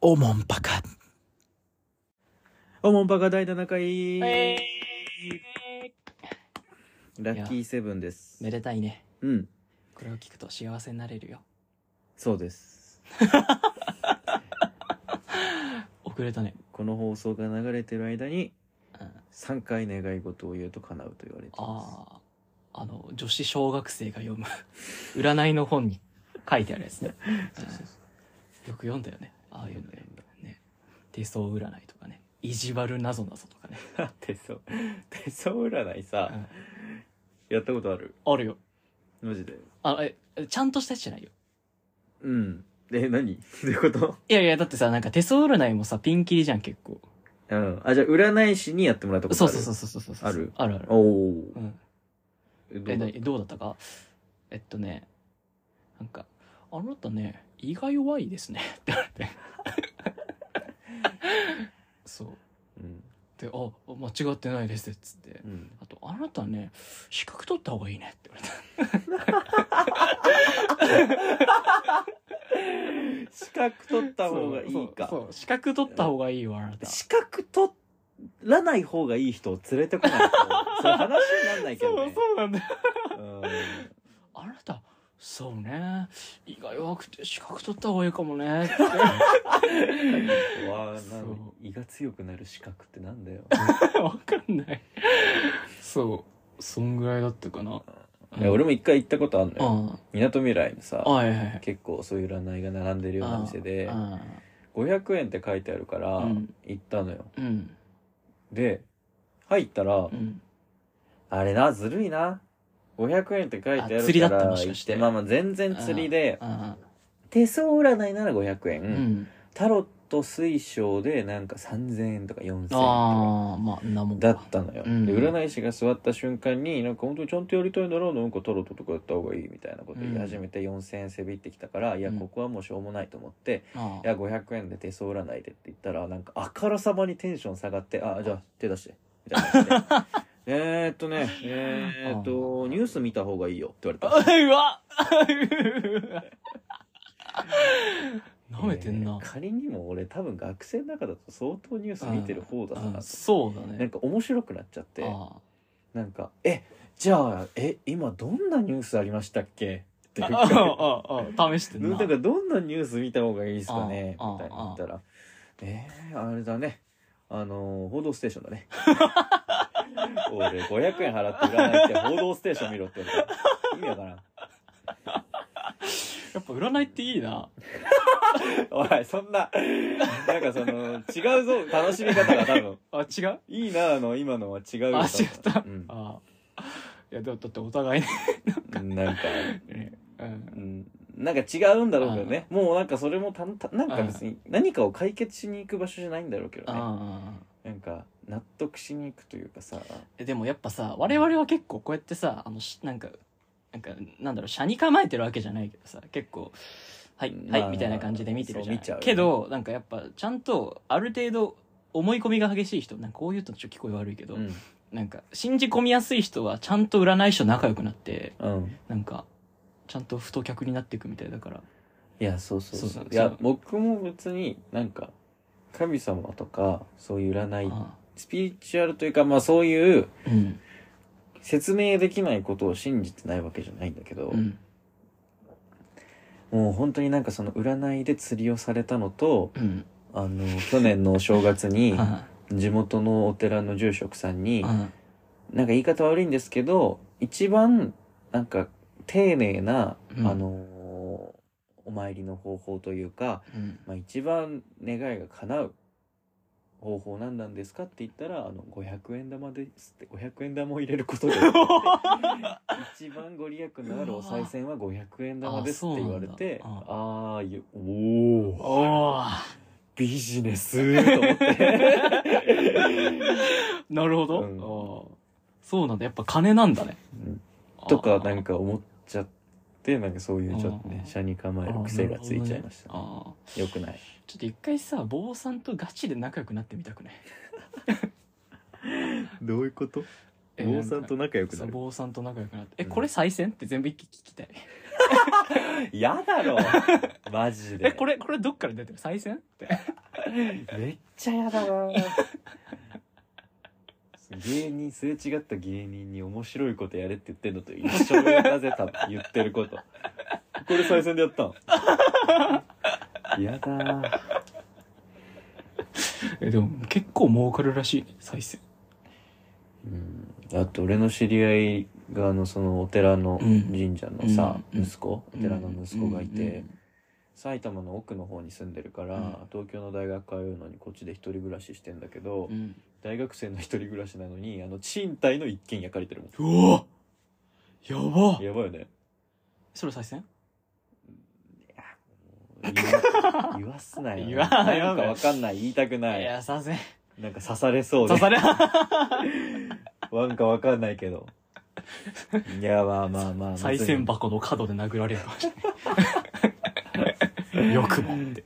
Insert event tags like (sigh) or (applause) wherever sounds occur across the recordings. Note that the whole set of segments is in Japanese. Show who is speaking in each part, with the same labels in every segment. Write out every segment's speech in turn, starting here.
Speaker 1: おもんぱか。おもんぱか第7回、
Speaker 2: え
Speaker 1: ラッキーセブンです
Speaker 2: め。でたいね
Speaker 1: うん、
Speaker 2: これを聞くと幸せになれるよ
Speaker 1: そうです。
Speaker 2: 遅れたね、
Speaker 1: この放送が流れてる間に、
Speaker 2: うん、あ
Speaker 1: 3回願い事を言うと叶うと言われています。
Speaker 2: あーあの女子小学生が読む (laughs) 占いの本に書いてあるやつね、うんよく読んだよねああいうのねね手相占いとかね意地悪なぞなぞとかね、
Speaker 1: だってそう、 (laughs) 手相占いさ、
Speaker 2: う
Speaker 1: やったことある
Speaker 2: んあるよ
Speaker 1: マジで。
Speaker 2: あえちゃんとしたやつじゃないよ
Speaker 1: うん。え、何 (laughs) どういうこと
Speaker 2: いやいやだってさなんか手相占いもさピンキリじゃん結構
Speaker 1: うん。あ、じゃあ占い師にやってもらったこ
Speaker 2: そ
Speaker 1: とあ
Speaker 2: う
Speaker 1: る
Speaker 2: そうそう
Speaker 1: う。
Speaker 2: そうそうそう
Speaker 1: ある
Speaker 2: あるある
Speaker 1: おお。
Speaker 2: うん
Speaker 1: えど
Speaker 2: え
Speaker 1: うだ
Speaker 2: などうだったかえっとねなんか「あなたね胃が弱いですね」 (laughs) って言われてそう
Speaker 1: うん
Speaker 2: で「あ間違ってないです」っつって
Speaker 1: うん。 (laughs)
Speaker 2: あと「あなたね資格取った方がいいね」って言われた
Speaker 1: 資格取った方がいいか。
Speaker 2: そうそう資格取った方がいいよあなた
Speaker 1: 資格取らない方がいい人を連れてこないと、それ話にならないけどね。
Speaker 2: うなんだ
Speaker 1: うん
Speaker 2: あなたそうね胃が弱くて資格取った方がいいかもね (laughs) って
Speaker 1: うわーなんか
Speaker 2: そう
Speaker 1: 胃が強くなる資格ってなんだよ。
Speaker 2: わかんないそうそんぐらいだったかな、
Speaker 1: いや俺も一回行ったことあるのよ。
Speaker 2: あ
Speaker 1: みなとみらいの
Speaker 2: あ
Speaker 1: さ、
Speaker 2: はいはいはい
Speaker 1: 結構そういう占いが並んでるような店で、
Speaker 2: あ
Speaker 1: 500円って書いてあるから
Speaker 2: あ、うん
Speaker 1: 行ったのよ。
Speaker 2: うん
Speaker 1: で、入ったら
Speaker 2: う、ん
Speaker 1: あれな、ずるいな。500円って書いてあるから
Speaker 2: あ釣りだったもしかして
Speaker 1: 行っまあまあ全然釣りで、
Speaker 2: あ
Speaker 1: 手相占いなら500円。
Speaker 2: あうん
Speaker 1: タロット推奨でなんか3000円とか4000円とか
Speaker 2: ああまあんなもん
Speaker 1: だ
Speaker 2: か
Speaker 1: ったのよ、
Speaker 2: うん
Speaker 1: で占い師が座った瞬間になんか本当にちゃんとやりたいならなんかタロットとかやった方がいいみたいなこと言い始めて4000円せびってきたから、いや
Speaker 2: うん
Speaker 1: ここはもうしょうもないと思って、
Speaker 2: あ
Speaker 1: いや500円で手相占いでって言ったらなんかあからさまにテンション下がってあじゃあ手出してみたいな感
Speaker 2: (laughs)
Speaker 1: じでえーっとねえーっとニュース見た方がいいよって言われた
Speaker 2: あ (laughs) うわ舐めてんな
Speaker 1: えー、仮にも俺多分学生の中だと相当ニュース見てる方だな
Speaker 2: うん
Speaker 1: と
Speaker 2: そうだ
Speaker 1: なん
Speaker 2: ね
Speaker 1: か面白くなっちゃって
Speaker 2: あ
Speaker 1: なんか「えじゃあえ今どんなニュースありましたっけ?」って
Speaker 2: あ
Speaker 1: いう
Speaker 2: (laughs) あ
Speaker 1: か
Speaker 2: あああ試してん
Speaker 1: (laughs) な
Speaker 2: なん
Speaker 1: かどんなニュース見た方がいいですかね?」
Speaker 2: ああ
Speaker 1: みたいに言ったら「えー、あれだねあのー報道ステーションだ
Speaker 2: (laughs)
Speaker 1: ね」俺500円払って占いって報道ステーション見ろって言われた意味わからん
Speaker 2: やっぱ占いっていいな
Speaker 1: おいそんななんかその違うぞ楽しみ方が多分
Speaker 2: あ違う
Speaker 1: いいなあの今のは違うよ
Speaker 2: あ
Speaker 1: 多分
Speaker 2: 違った
Speaker 1: うん
Speaker 2: あいやだだってお互いね (laughs)
Speaker 1: なんか
Speaker 2: ねうん
Speaker 1: うんなんか違うんだろうけどねもうなんかそれもたたなんか別に何かを解決しに行く場所じゃないんだろうけどね
Speaker 2: ああ
Speaker 1: なんか納得しに行くというかさ
Speaker 2: えでもやっぱさ我々は結構こうやってさあのしなんかなんかなんだろう車に構えてるわけじゃないけどさ結構はい
Speaker 1: まあ
Speaker 2: はいみたいな感じで見てるじゃない
Speaker 1: そう見ちゃうよね
Speaker 2: けどなんかやっぱちゃんとある程度思い込みが激しい人なんかこういうとちょっと聞こえ悪いけど、
Speaker 1: うん
Speaker 2: なんか信じ込みやすい人はちゃんと占い師と仲良くなって
Speaker 1: うん
Speaker 2: なんかちゃんと太客になっていくみたいだから
Speaker 1: いやそうそうそ
Speaker 2: そうう
Speaker 1: いや
Speaker 2: そう
Speaker 1: 僕も別になんか神様とかそういう占い
Speaker 2: あ
Speaker 1: スピリチュアルというかまあそういう
Speaker 2: あうん
Speaker 1: 説明できないことを信じてないわけじゃないんだけど、
Speaker 2: うん
Speaker 1: もう本当になんかその占いで釣りをされたのと
Speaker 2: うん
Speaker 1: あの去年のお正月に
Speaker 2: あ
Speaker 1: 地元のお寺の住職さんに
Speaker 2: ああ
Speaker 1: なんか言い方悪いんですけど、一番、なんか、丁寧な、
Speaker 2: うん
Speaker 1: あのーお参りの方法という
Speaker 2: あ
Speaker 1: か、
Speaker 2: うん
Speaker 1: まあ、一番願いが叶う方法何なんですかって言ったら、あの、500円玉ですって、500円玉を入れること
Speaker 2: (laughs)
Speaker 1: で、一番ご利益のあるお賽銭は500円玉ですって言われて、
Speaker 2: あそうなんだ
Speaker 1: あーゆおー、
Speaker 2: (laughs) おー
Speaker 1: ビジネスと思って。
Speaker 2: なるほど、
Speaker 1: うん
Speaker 2: あーそうなんだやっぱ金なんだね
Speaker 1: うんとかなん
Speaker 2: か
Speaker 1: か思っちゃってなんかそういうちょっとね
Speaker 2: あー
Speaker 1: 車に構える癖がついちゃいました、
Speaker 2: あーなるほどねあ
Speaker 1: よくない
Speaker 2: ーちょっと一回さ坊さんとガチで仲良くなってみたくない
Speaker 1: どういうこと
Speaker 2: えー
Speaker 1: 仲良
Speaker 2: そう坊さんと仲良くなってえ
Speaker 1: うん
Speaker 2: これ再選って全部一気に聞きたい
Speaker 1: やだろマジ
Speaker 2: (laughs)
Speaker 1: で
Speaker 2: えこれこれどっから出てる再選って
Speaker 1: めっちゃ嫌だな芸人すれ違った芸人に面白いことやれって言ってんのと一緒だぜた言ってる (laughs) ことこれ最先でやった (laughs) ん嫌だ
Speaker 2: えでも結構儲かるらしいね再生
Speaker 1: うんあと俺の知り合いがあのそのお寺の
Speaker 2: うん
Speaker 1: 神社のさ、
Speaker 2: うん
Speaker 1: 息子お寺の息子がいて、
Speaker 2: うんうん
Speaker 1: 埼玉の奥の方に住んでるから、
Speaker 2: うん
Speaker 1: 東京の大学通うのにこっちで一人暮らししてんだけど、
Speaker 2: うん
Speaker 1: 大学生の一人暮らしなのにあの賃貸の一軒家借りてるもん
Speaker 2: うわやば
Speaker 1: やばい
Speaker 2: (laughs)
Speaker 1: よね
Speaker 2: それ再生
Speaker 1: 言わ言わすな
Speaker 2: (laughs)
Speaker 1: よ
Speaker 2: 言わ
Speaker 1: なんかわかんない言いたく
Speaker 2: い
Speaker 1: ない
Speaker 2: や再生
Speaker 1: なんか刺されそうで
Speaker 2: 刺 (laughs) され
Speaker 1: なんかわかんない
Speaker 2: (laughs)
Speaker 1: けどいやまあまあまあまあ
Speaker 2: 再銭箱の角で殴られるかもしれない (laughs) よくもって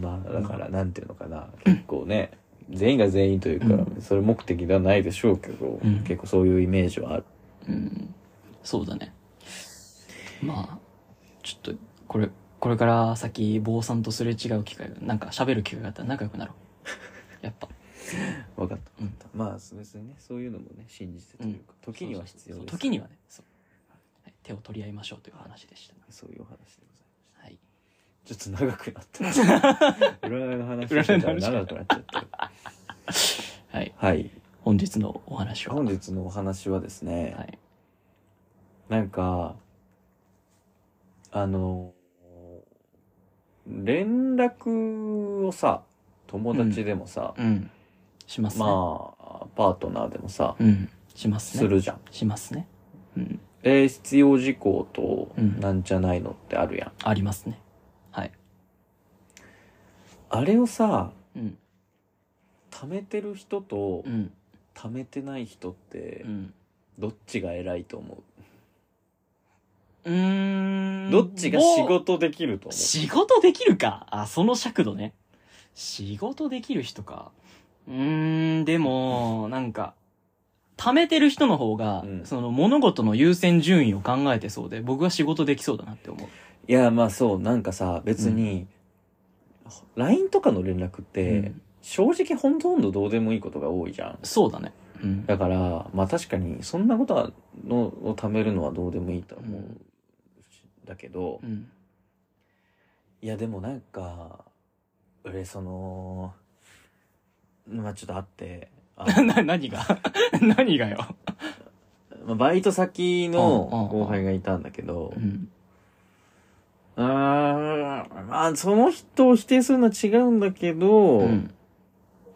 Speaker 1: まあだからなんていうのかな結構ね全員が全員というか、
Speaker 2: う
Speaker 1: それ目的ではないでしょうけど、
Speaker 2: うん
Speaker 1: 結構そういうイメージはある
Speaker 2: うんそうだねまあちょっとこれこれから先坊さんとすれ違う機会がなんか喋る機会があったら仲良くなろうやっぱ
Speaker 1: 分かった
Speaker 2: うん
Speaker 1: まあ別にねそういうのもね信じてというか、 (laughs) 時には必要
Speaker 2: そう
Speaker 1: です
Speaker 2: そう時にはねそう、はい手を取り合いましょうという話でした、
Speaker 1: そういうお話でございます
Speaker 2: はい、
Speaker 1: ちょっと長くなった。
Speaker 2: (laughs)
Speaker 1: 占いの話してたら長くなっちゃった。
Speaker 2: はい、
Speaker 1: はい。
Speaker 2: 本日のお話は、
Speaker 1: 本日のお話はですね、
Speaker 2: はい、
Speaker 1: なんか、あの、連絡をさ、友達でもさ、
Speaker 2: うんしますね、
Speaker 1: まあ、パートナーでもさ、
Speaker 2: うんしますね
Speaker 1: するじゃん。
Speaker 2: しますねうん
Speaker 1: で、必要事項と
Speaker 2: うん、
Speaker 1: なんじゃないのってあるやん。
Speaker 2: ありますねはい
Speaker 1: あれをさ、
Speaker 2: うん
Speaker 1: 貯めてる人と
Speaker 2: う、ん
Speaker 1: 貯めてない人って
Speaker 2: う、ん
Speaker 1: どっちが偉いと思う
Speaker 2: うーん
Speaker 1: どっちが仕事できると思う
Speaker 2: 仕事できるかあ、その尺度ね。仕事できる人か。うーん、でも、なんか、貯めてる人の方が、
Speaker 1: うん
Speaker 2: その物事の優先順位を考えてそうで、僕は仕事できそうだなって思う。
Speaker 1: いやまあそうなんかさ別に、LINE とかの連絡っ
Speaker 2: う
Speaker 1: て
Speaker 2: ん
Speaker 1: 正直ほとんどどうでもいいことが多いじゃん
Speaker 2: そうだね。うん。
Speaker 1: だからまあ確かにそんなことはのを貯めるのはどうでもいいとは思う、
Speaker 2: うん
Speaker 1: だけど、
Speaker 2: うん。 (laughs)
Speaker 1: いやでもなんか俺そのまあちょっとあってあ (laughs)
Speaker 2: な、何が (laughs) 何がよ。
Speaker 1: まあバイト先の
Speaker 2: うんうんうん
Speaker 1: 後輩がいたんだけど、
Speaker 2: うん。
Speaker 1: うーんまあ、その人を否定するのは違うんだけど、
Speaker 2: うん。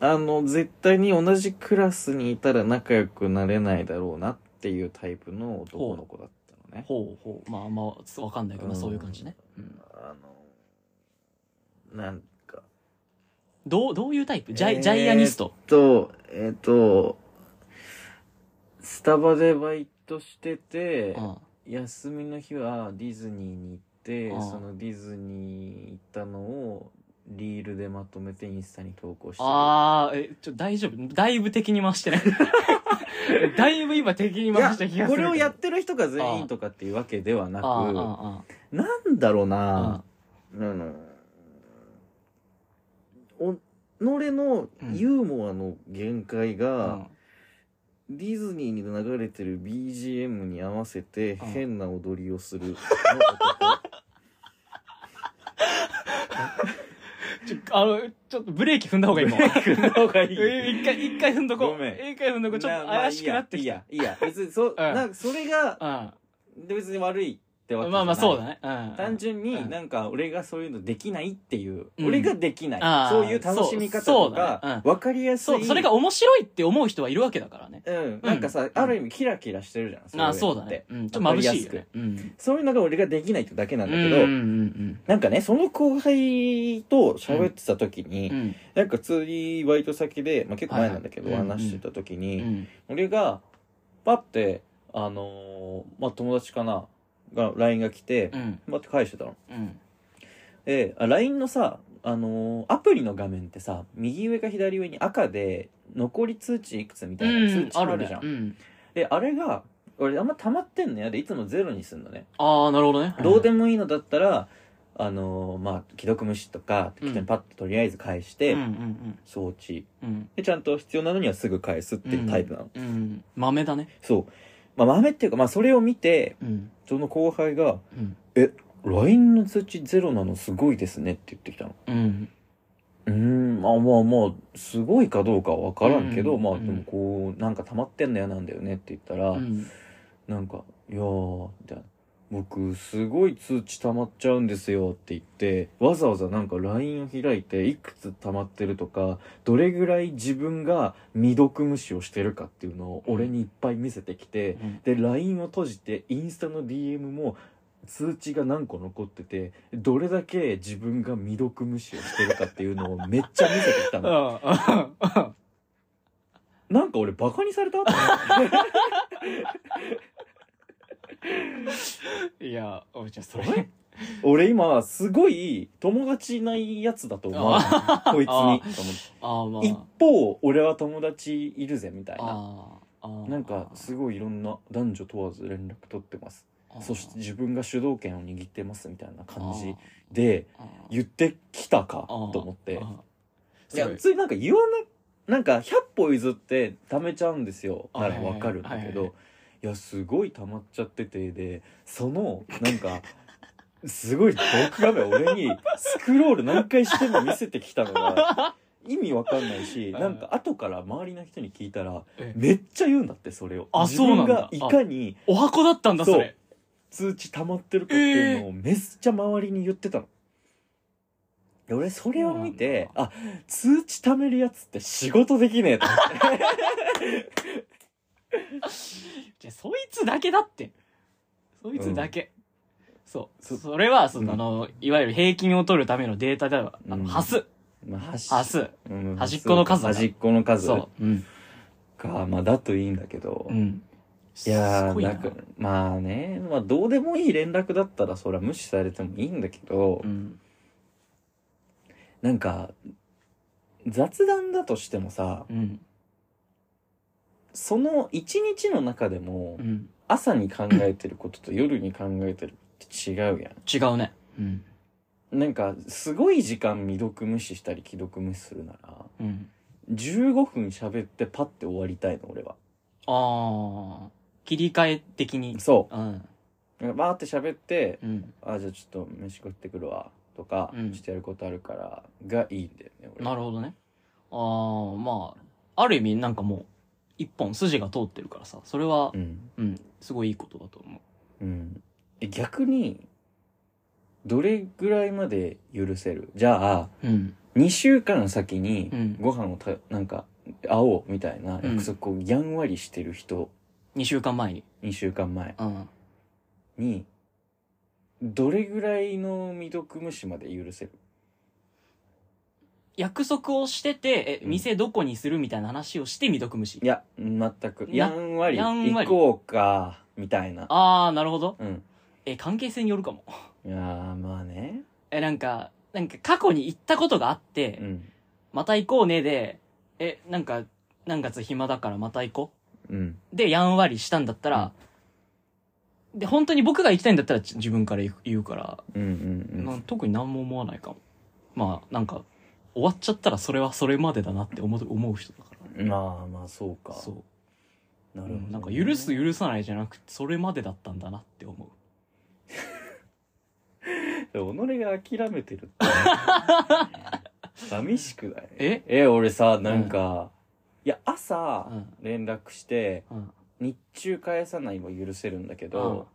Speaker 1: あの、絶対に同じクラスにいたら仲良くなれないだろうなっていうタイプの男の子だったのね。
Speaker 2: ほうほう。まああんまあ、わかんないけど、まあ
Speaker 1: うん
Speaker 2: そういう感じね。うん。
Speaker 1: あの、なんか、
Speaker 2: どう、どういうタイプジャイ、
Speaker 1: えー
Speaker 2: ジャイアニスト。
Speaker 1: と、えっ、と、スタバでバイトしてて、
Speaker 2: うん。
Speaker 1: 休みの日はディズニーに行って、
Speaker 2: うん
Speaker 1: そのディズニー行ったのをリールでまとめてインスタに投稿してる
Speaker 2: あー、え、ちょ、大丈夫だいぶ敵に回してない。 (laughs) だいぶ今敵に
Speaker 1: いや
Speaker 2: 回した気がするけど。
Speaker 1: これをやってる人が全員とかっていうわけではな
Speaker 2: あー
Speaker 1: く
Speaker 2: あ
Speaker 1: なんだろう
Speaker 2: ー、
Speaker 1: な
Speaker 2: あ
Speaker 1: うんお己のユーモアの限
Speaker 2: ーあー、
Speaker 1: 界
Speaker 2: う
Speaker 1: が
Speaker 2: ん、
Speaker 1: ディズニーに流れてる BGM に合わせて
Speaker 2: うん
Speaker 1: 変な踊りを
Speaker 2: (laughs)
Speaker 1: する
Speaker 2: ちょ、あの、ちょっとブレーキ踏んだ方がいいもん。え
Speaker 1: のがい
Speaker 2: (laughs) ー一回、一回踏んどこう。
Speaker 1: ごめん
Speaker 2: 一回踏んどこう。ちょっと怪しくなってきた。
Speaker 1: いやいや別
Speaker 2: (laughs)
Speaker 1: にそ,、なんかそれが
Speaker 2: う
Speaker 1: 別に悪いってわけ
Speaker 2: ん。
Speaker 1: じゃな
Speaker 2: まあまあ
Speaker 1: い
Speaker 2: そうだね。うん。
Speaker 1: 単純
Speaker 2: う
Speaker 1: に
Speaker 2: ん
Speaker 1: なんか俺がそういうのできないっていう、
Speaker 2: うん
Speaker 1: 俺ができない
Speaker 2: あー
Speaker 1: そういう楽しみ方
Speaker 2: そう
Speaker 1: と
Speaker 2: そうだね
Speaker 1: か分かりやすい
Speaker 2: そう、それが面白いって思う人はいるわけだからね。
Speaker 1: うんなんかさ、
Speaker 2: うん
Speaker 1: ある意味キラキラしてるじゃんれ
Speaker 2: ああ、そうだ
Speaker 1: って
Speaker 2: ね。うん。ちょっと眩しいよね。うん。
Speaker 1: そういうのが俺ができないってだけなんだけ
Speaker 2: うん
Speaker 1: ど、
Speaker 2: うんうん
Speaker 1: なんかねその後輩と喋ってた時に、
Speaker 2: うん。うん。
Speaker 1: なんか普通にバイト先で、まあ、結構前なんだけど、
Speaker 2: はいはい
Speaker 1: 話してた時
Speaker 2: う
Speaker 1: に、
Speaker 2: ん。
Speaker 1: 俺がパッてあのーまあ友達かなが LINE が来て
Speaker 2: う、ん。
Speaker 1: 待って返してたの。
Speaker 2: うん。
Speaker 1: で、あ LINE のさ、あのーアプリの画面ってさ、右上か左上に赤で、残り通知いくつみたいな通知
Speaker 2: あ
Speaker 1: あ
Speaker 2: る
Speaker 1: るじ
Speaker 2: ね
Speaker 1: ゃん。。
Speaker 2: うん。
Speaker 1: で、あれが、俺あんま溜まってんのやで、いつもゼロにすんのね。
Speaker 2: ああ、なるほどね。
Speaker 1: どうでもいいのだったら、あのーまあ既読無視とか
Speaker 2: うん
Speaker 1: 適当にパッととりあえず返して、
Speaker 2: うんうん
Speaker 1: 送致
Speaker 2: うんうん
Speaker 1: でちゃんと必要なのにはすぐ返すっていうタイプなの、
Speaker 2: うん豆だね
Speaker 1: そうまあ豆っていうかまあそれを見て
Speaker 2: うん
Speaker 1: その後輩が
Speaker 2: うん
Speaker 1: 「LINE の通知ゼロなのすごいですね」って言ってきたの
Speaker 2: うん
Speaker 1: うーんまあまあまあすごいかどうかは分からんけど、
Speaker 2: うん
Speaker 1: まあでもこうなんか溜まってんの嫌なんだよねって言ったら、
Speaker 2: うん
Speaker 1: なんか「いやー」みたいな「僕すごい通知溜まっちゃうんですよ」って言ってわざわざなんか LINE を開いていくつ溜まってるとかどれぐらい自分が未読無視をしてるかっていうのを俺にいっぱい見せてきて、
Speaker 2: うん
Speaker 1: で LINE を閉じてインスタの DM も通知が何個残っててどれだけ自分が未読無視をしてるかっていうのをめっちゃ見せてきた
Speaker 2: (laughs)
Speaker 1: のなんか俺バカにされたと思って
Speaker 2: (laughs) いやおじゃあそ
Speaker 1: あ
Speaker 2: れ
Speaker 1: れ俺今すごい友達いないやつだと思われたこいつ
Speaker 2: あ
Speaker 1: にと思っ
Speaker 2: ああまあ
Speaker 1: て一方俺は友達いるぜみたいな
Speaker 2: あああ
Speaker 1: なんかすごいいろんな男女問わず連絡取ってます
Speaker 2: あ
Speaker 1: そして自分が主導権を握ってますみたいな感じ
Speaker 2: あ
Speaker 1: で
Speaker 2: あ
Speaker 1: 言ってきたか
Speaker 2: あ
Speaker 1: と思って
Speaker 2: あ
Speaker 1: いや
Speaker 2: それ
Speaker 1: 普通になんか言わななんか100歩譲って貯めちゃうんですよ
Speaker 2: あ
Speaker 1: ならわかるんだ
Speaker 2: はい
Speaker 1: け
Speaker 2: はいはいはい
Speaker 1: どいやすごい溜まっちゃっててでそのなんかすごい僕画面俺にスクロール何回しても見せてきたのが意味わかんないし
Speaker 2: うん
Speaker 1: なんか後から周りの人に聞いたら
Speaker 2: え
Speaker 1: めっちゃ言うんだってそれを
Speaker 2: あ
Speaker 1: 自分
Speaker 2: そうなんだ
Speaker 1: がいかに
Speaker 2: お箱だったんだ
Speaker 1: そう
Speaker 2: それ
Speaker 1: 通知溜まってるかっていうのをめっちゃ周りに言ってたの。で俺それを見て
Speaker 2: そ、
Speaker 1: あ、通知溜めるやつって仕事できね
Speaker 2: (laughs)
Speaker 1: えと思って。
Speaker 2: じゃあそいつだけだってそいつだけ、そう
Speaker 1: そ
Speaker 2: それはその、
Speaker 1: うん
Speaker 2: あのいわゆる平均を取るためのデータではあの、
Speaker 1: うん
Speaker 2: ハス
Speaker 1: まあ、端
Speaker 2: ハス
Speaker 1: うん
Speaker 2: 端っこの数だ
Speaker 1: 端っこの数
Speaker 2: そううん
Speaker 1: か、まあだといいんだけど。
Speaker 2: うん
Speaker 1: いや
Speaker 2: すご
Speaker 1: ー
Speaker 2: いな
Speaker 1: なんかまあね、まあどうでもいい連絡だったらそりゃ無視されてもいいんだけど、
Speaker 2: うん
Speaker 1: なんか、雑談だとしてもさ、
Speaker 2: うん
Speaker 1: その一日の中でも
Speaker 2: う、ん
Speaker 1: 朝に考えてることと夜に考えてるって違うやん。
Speaker 2: 違うねうん
Speaker 1: なんかすごい時間未読無視したり既読無視するなら
Speaker 2: うん
Speaker 1: 15分喋ってパッて終わりたいの俺は
Speaker 2: ああ切り替え的に
Speaker 1: そ
Speaker 2: うん
Speaker 1: うなんかバーって喋って
Speaker 2: うん
Speaker 1: 「あじゃあちょっと飯食ってくるわ」とか、
Speaker 2: うん
Speaker 1: ちょっとやることあるから」がいいんだよね俺
Speaker 2: なるほどねああまあある意味なんかもう一本筋が通ってるからさそれは
Speaker 1: うん
Speaker 2: うん、すごいいいことだと思う
Speaker 1: うんえ逆にどれぐらいまで許せるじゃあ
Speaker 2: うん
Speaker 1: 2週間先に
Speaker 2: うん
Speaker 1: ご飯をたなんか会おうみたいな約束をやんわりしてる人、
Speaker 2: 2週間前に
Speaker 1: 2週間前
Speaker 2: うん
Speaker 1: にどれぐらいの未読無視まで許せる
Speaker 2: 約束をしてて、え、
Speaker 1: うん
Speaker 2: 店どこにするみたいな話をして未読無視
Speaker 1: い。や全く
Speaker 2: な
Speaker 1: やんわり
Speaker 2: やんわ
Speaker 1: 行
Speaker 2: り
Speaker 1: こうかみたいな
Speaker 2: あー、なるほど。
Speaker 1: うん
Speaker 2: え、関係性によるかも。 (laughs)
Speaker 1: いやーまあね
Speaker 2: え、なんか、なんか過去に行ったことがあって、
Speaker 1: うん
Speaker 2: また行こうねで、え、なんか、何月暇だからまた行こ
Speaker 1: うん
Speaker 2: う。で、やんわりしたんだったら、で、本当に僕が行きたいんだったらち自分から言う言うから、
Speaker 1: うんうんう
Speaker 2: なん特に何も思わないかも。まあ、なんか、終わっちゃったらそれはそれまでだなって思う思う人だからね。
Speaker 1: まあまあそうか
Speaker 2: そう。
Speaker 1: なるほど、
Speaker 2: うんなんか許す許さないじゃなくてそれまでだったんだなって思う
Speaker 1: 己が諦め
Speaker 2: (laughs)
Speaker 1: てるって寂しくない
Speaker 2: え
Speaker 1: え俺さなんか、いや朝
Speaker 2: うん
Speaker 1: 連絡して
Speaker 2: うん
Speaker 1: 日中返さないは許せるんだけど、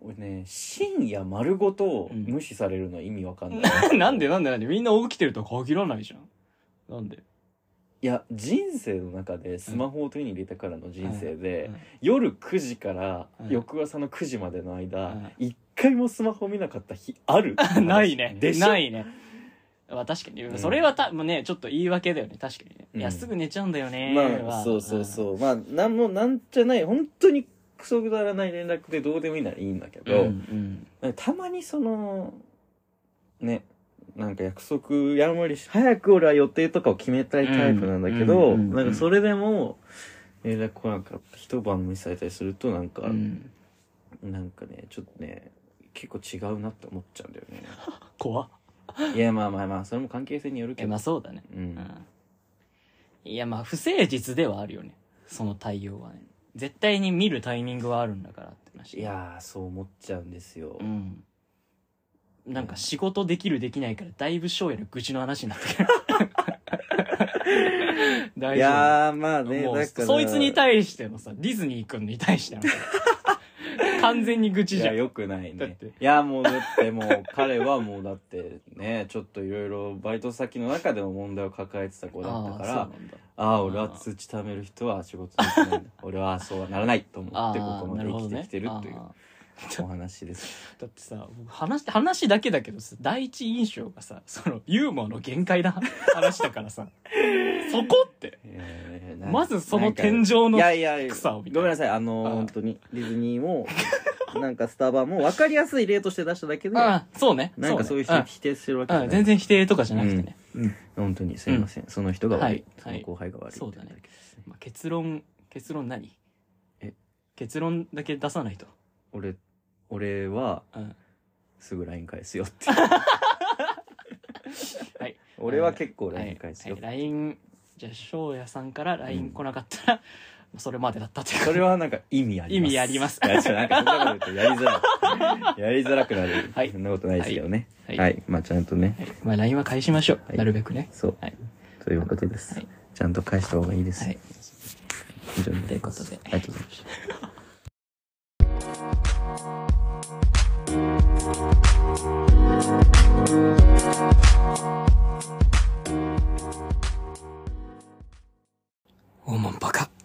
Speaker 1: 俺ね深夜丸ごと無視されるのは意味わかんない、
Speaker 2: うん (laughs) なんでなんでなんでみんな起きてるとは限らないじゃんなんで
Speaker 1: いや人生の中でスマホを手に入れてからの人生で、
Speaker 2: うん
Speaker 1: 夜9時から
Speaker 2: うん
Speaker 1: 翌朝の9時までの間
Speaker 2: うん
Speaker 1: 一、回もスマホ見なかった日ある
Speaker 2: (laughs) (laughs) ないね
Speaker 1: でしょ
Speaker 2: ないねまあ確かに
Speaker 1: ん
Speaker 2: それはた、もうねちょっと言い訳だよね確かにね、
Speaker 1: うん
Speaker 2: いやすぐ寝ちゃうんだよね
Speaker 1: ま
Speaker 2: は
Speaker 1: あそうそうそうまあなんもなんじゃない本当にクソくだらない連絡でどうでもいいならいいんだけ
Speaker 2: うん、
Speaker 1: ど、
Speaker 2: うん
Speaker 1: なんかたまにそのねなんか約束やんわりし早く俺は予定とかを決めたいタイプなんだけ
Speaker 2: う
Speaker 1: ど、
Speaker 2: んうんうん
Speaker 1: なんかそれでも連絡来なかった一晩無視されたりするとなんか、
Speaker 2: うん
Speaker 1: なんかねちょっとね結構違うなって思っちゃうんだよね (laughs)
Speaker 2: 怖っ
Speaker 1: いやまあまあまあそれも関係性による
Speaker 2: え
Speaker 1: けど
Speaker 2: まあそうだね
Speaker 1: う
Speaker 2: うんんいやまあ不誠実ではあるよねその対応はね絶対に見るタイミングはあるんだからって話
Speaker 1: いやーそう思っちゃうんですよ、
Speaker 2: うんなんか仕事できるできないからだいぶ翔也の愚痴の話になって
Speaker 1: (laughs)
Speaker 2: くる大丈夫
Speaker 1: いやーまあね
Speaker 2: もう
Speaker 1: だから
Speaker 2: そいつに対してのさディズニー君に対
Speaker 1: (laughs)
Speaker 2: してのさ完全に愚痴
Speaker 1: い
Speaker 2: じゃ
Speaker 1: や
Speaker 2: ん
Speaker 1: よくない
Speaker 2: だっ
Speaker 1: ね
Speaker 2: て
Speaker 1: いやもうだってもう彼はもうだって
Speaker 2: (laughs)
Speaker 1: ねちょっといろいろバイト先の中でも問題を抱えてた子だったか
Speaker 2: あ
Speaker 1: ら
Speaker 2: ーそうなんだ
Speaker 1: ああ俺は通知貯める人は仕事できないんだ俺
Speaker 2: (laughs)
Speaker 1: はそうはならないと思
Speaker 2: あ
Speaker 1: ってここ
Speaker 2: ーな
Speaker 1: まで
Speaker 2: る
Speaker 1: 生
Speaker 2: ほ
Speaker 1: き
Speaker 2: ど
Speaker 1: て
Speaker 2: ね
Speaker 1: きてるとい
Speaker 2: あ
Speaker 1: う
Speaker 2: ー
Speaker 1: (laughs) お話です
Speaker 2: ーだってさ僕話して話だけだけどさ第一印象がさそのユーモアの限界な (laughs) 話だからさそこって
Speaker 1: いやいやいやなんか
Speaker 2: まずその天井
Speaker 1: い
Speaker 2: の
Speaker 1: やいやいや
Speaker 2: 草を見た
Speaker 1: ごめんなさいあの
Speaker 2: あー
Speaker 1: 本当にディズニーも (laughs) なんかスタバも分かりやすい例として出しただけで
Speaker 2: あーそうね
Speaker 1: なんかそういう
Speaker 2: ね
Speaker 1: 人否定してるわけ
Speaker 2: うん
Speaker 1: じ
Speaker 2: う
Speaker 1: ゃ
Speaker 2: ん
Speaker 1: ない
Speaker 2: 全然否定とかじゃなくてね、うん
Speaker 1: 本当にすいませんその人が悪
Speaker 2: はいい
Speaker 1: その後輩が悪い
Speaker 2: そう
Speaker 1: って
Speaker 2: だ
Speaker 1: だ
Speaker 2: ね
Speaker 1: けですね
Speaker 2: まあ、結論結論何
Speaker 1: え
Speaker 2: 結論だけ出さないと、
Speaker 1: 俺俺は
Speaker 2: うん、
Speaker 1: すぐ LINE 返すよっ
Speaker 2: (laughs)
Speaker 1: て
Speaker 2: はい
Speaker 1: 俺は結構
Speaker 2: はい
Speaker 1: LINE 返すよ
Speaker 2: はい LINE じゃあ翔也さんから LINE 来なかったら、それまでだったっていう
Speaker 1: それはなんか意味あります。
Speaker 2: 意味あります
Speaker 1: (laughs) いや、ちょっとなんかそんなこと言うとやりづらい。やりづらくなる。
Speaker 2: はい
Speaker 1: そんなことないですけどね。
Speaker 2: は
Speaker 1: はいい。まあちゃんとね。
Speaker 2: はいまあ LINE は返しましょう、
Speaker 1: はい
Speaker 2: なるべくね
Speaker 1: そう。
Speaker 2: はい
Speaker 1: ということです。
Speaker 2: はい
Speaker 1: ちゃんと返した方がいいです。
Speaker 2: はい
Speaker 1: 以上にな
Speaker 2: とい
Speaker 1: り
Speaker 2: うこ
Speaker 1: ま
Speaker 2: と
Speaker 1: す
Speaker 2: で
Speaker 1: ありがとうございました。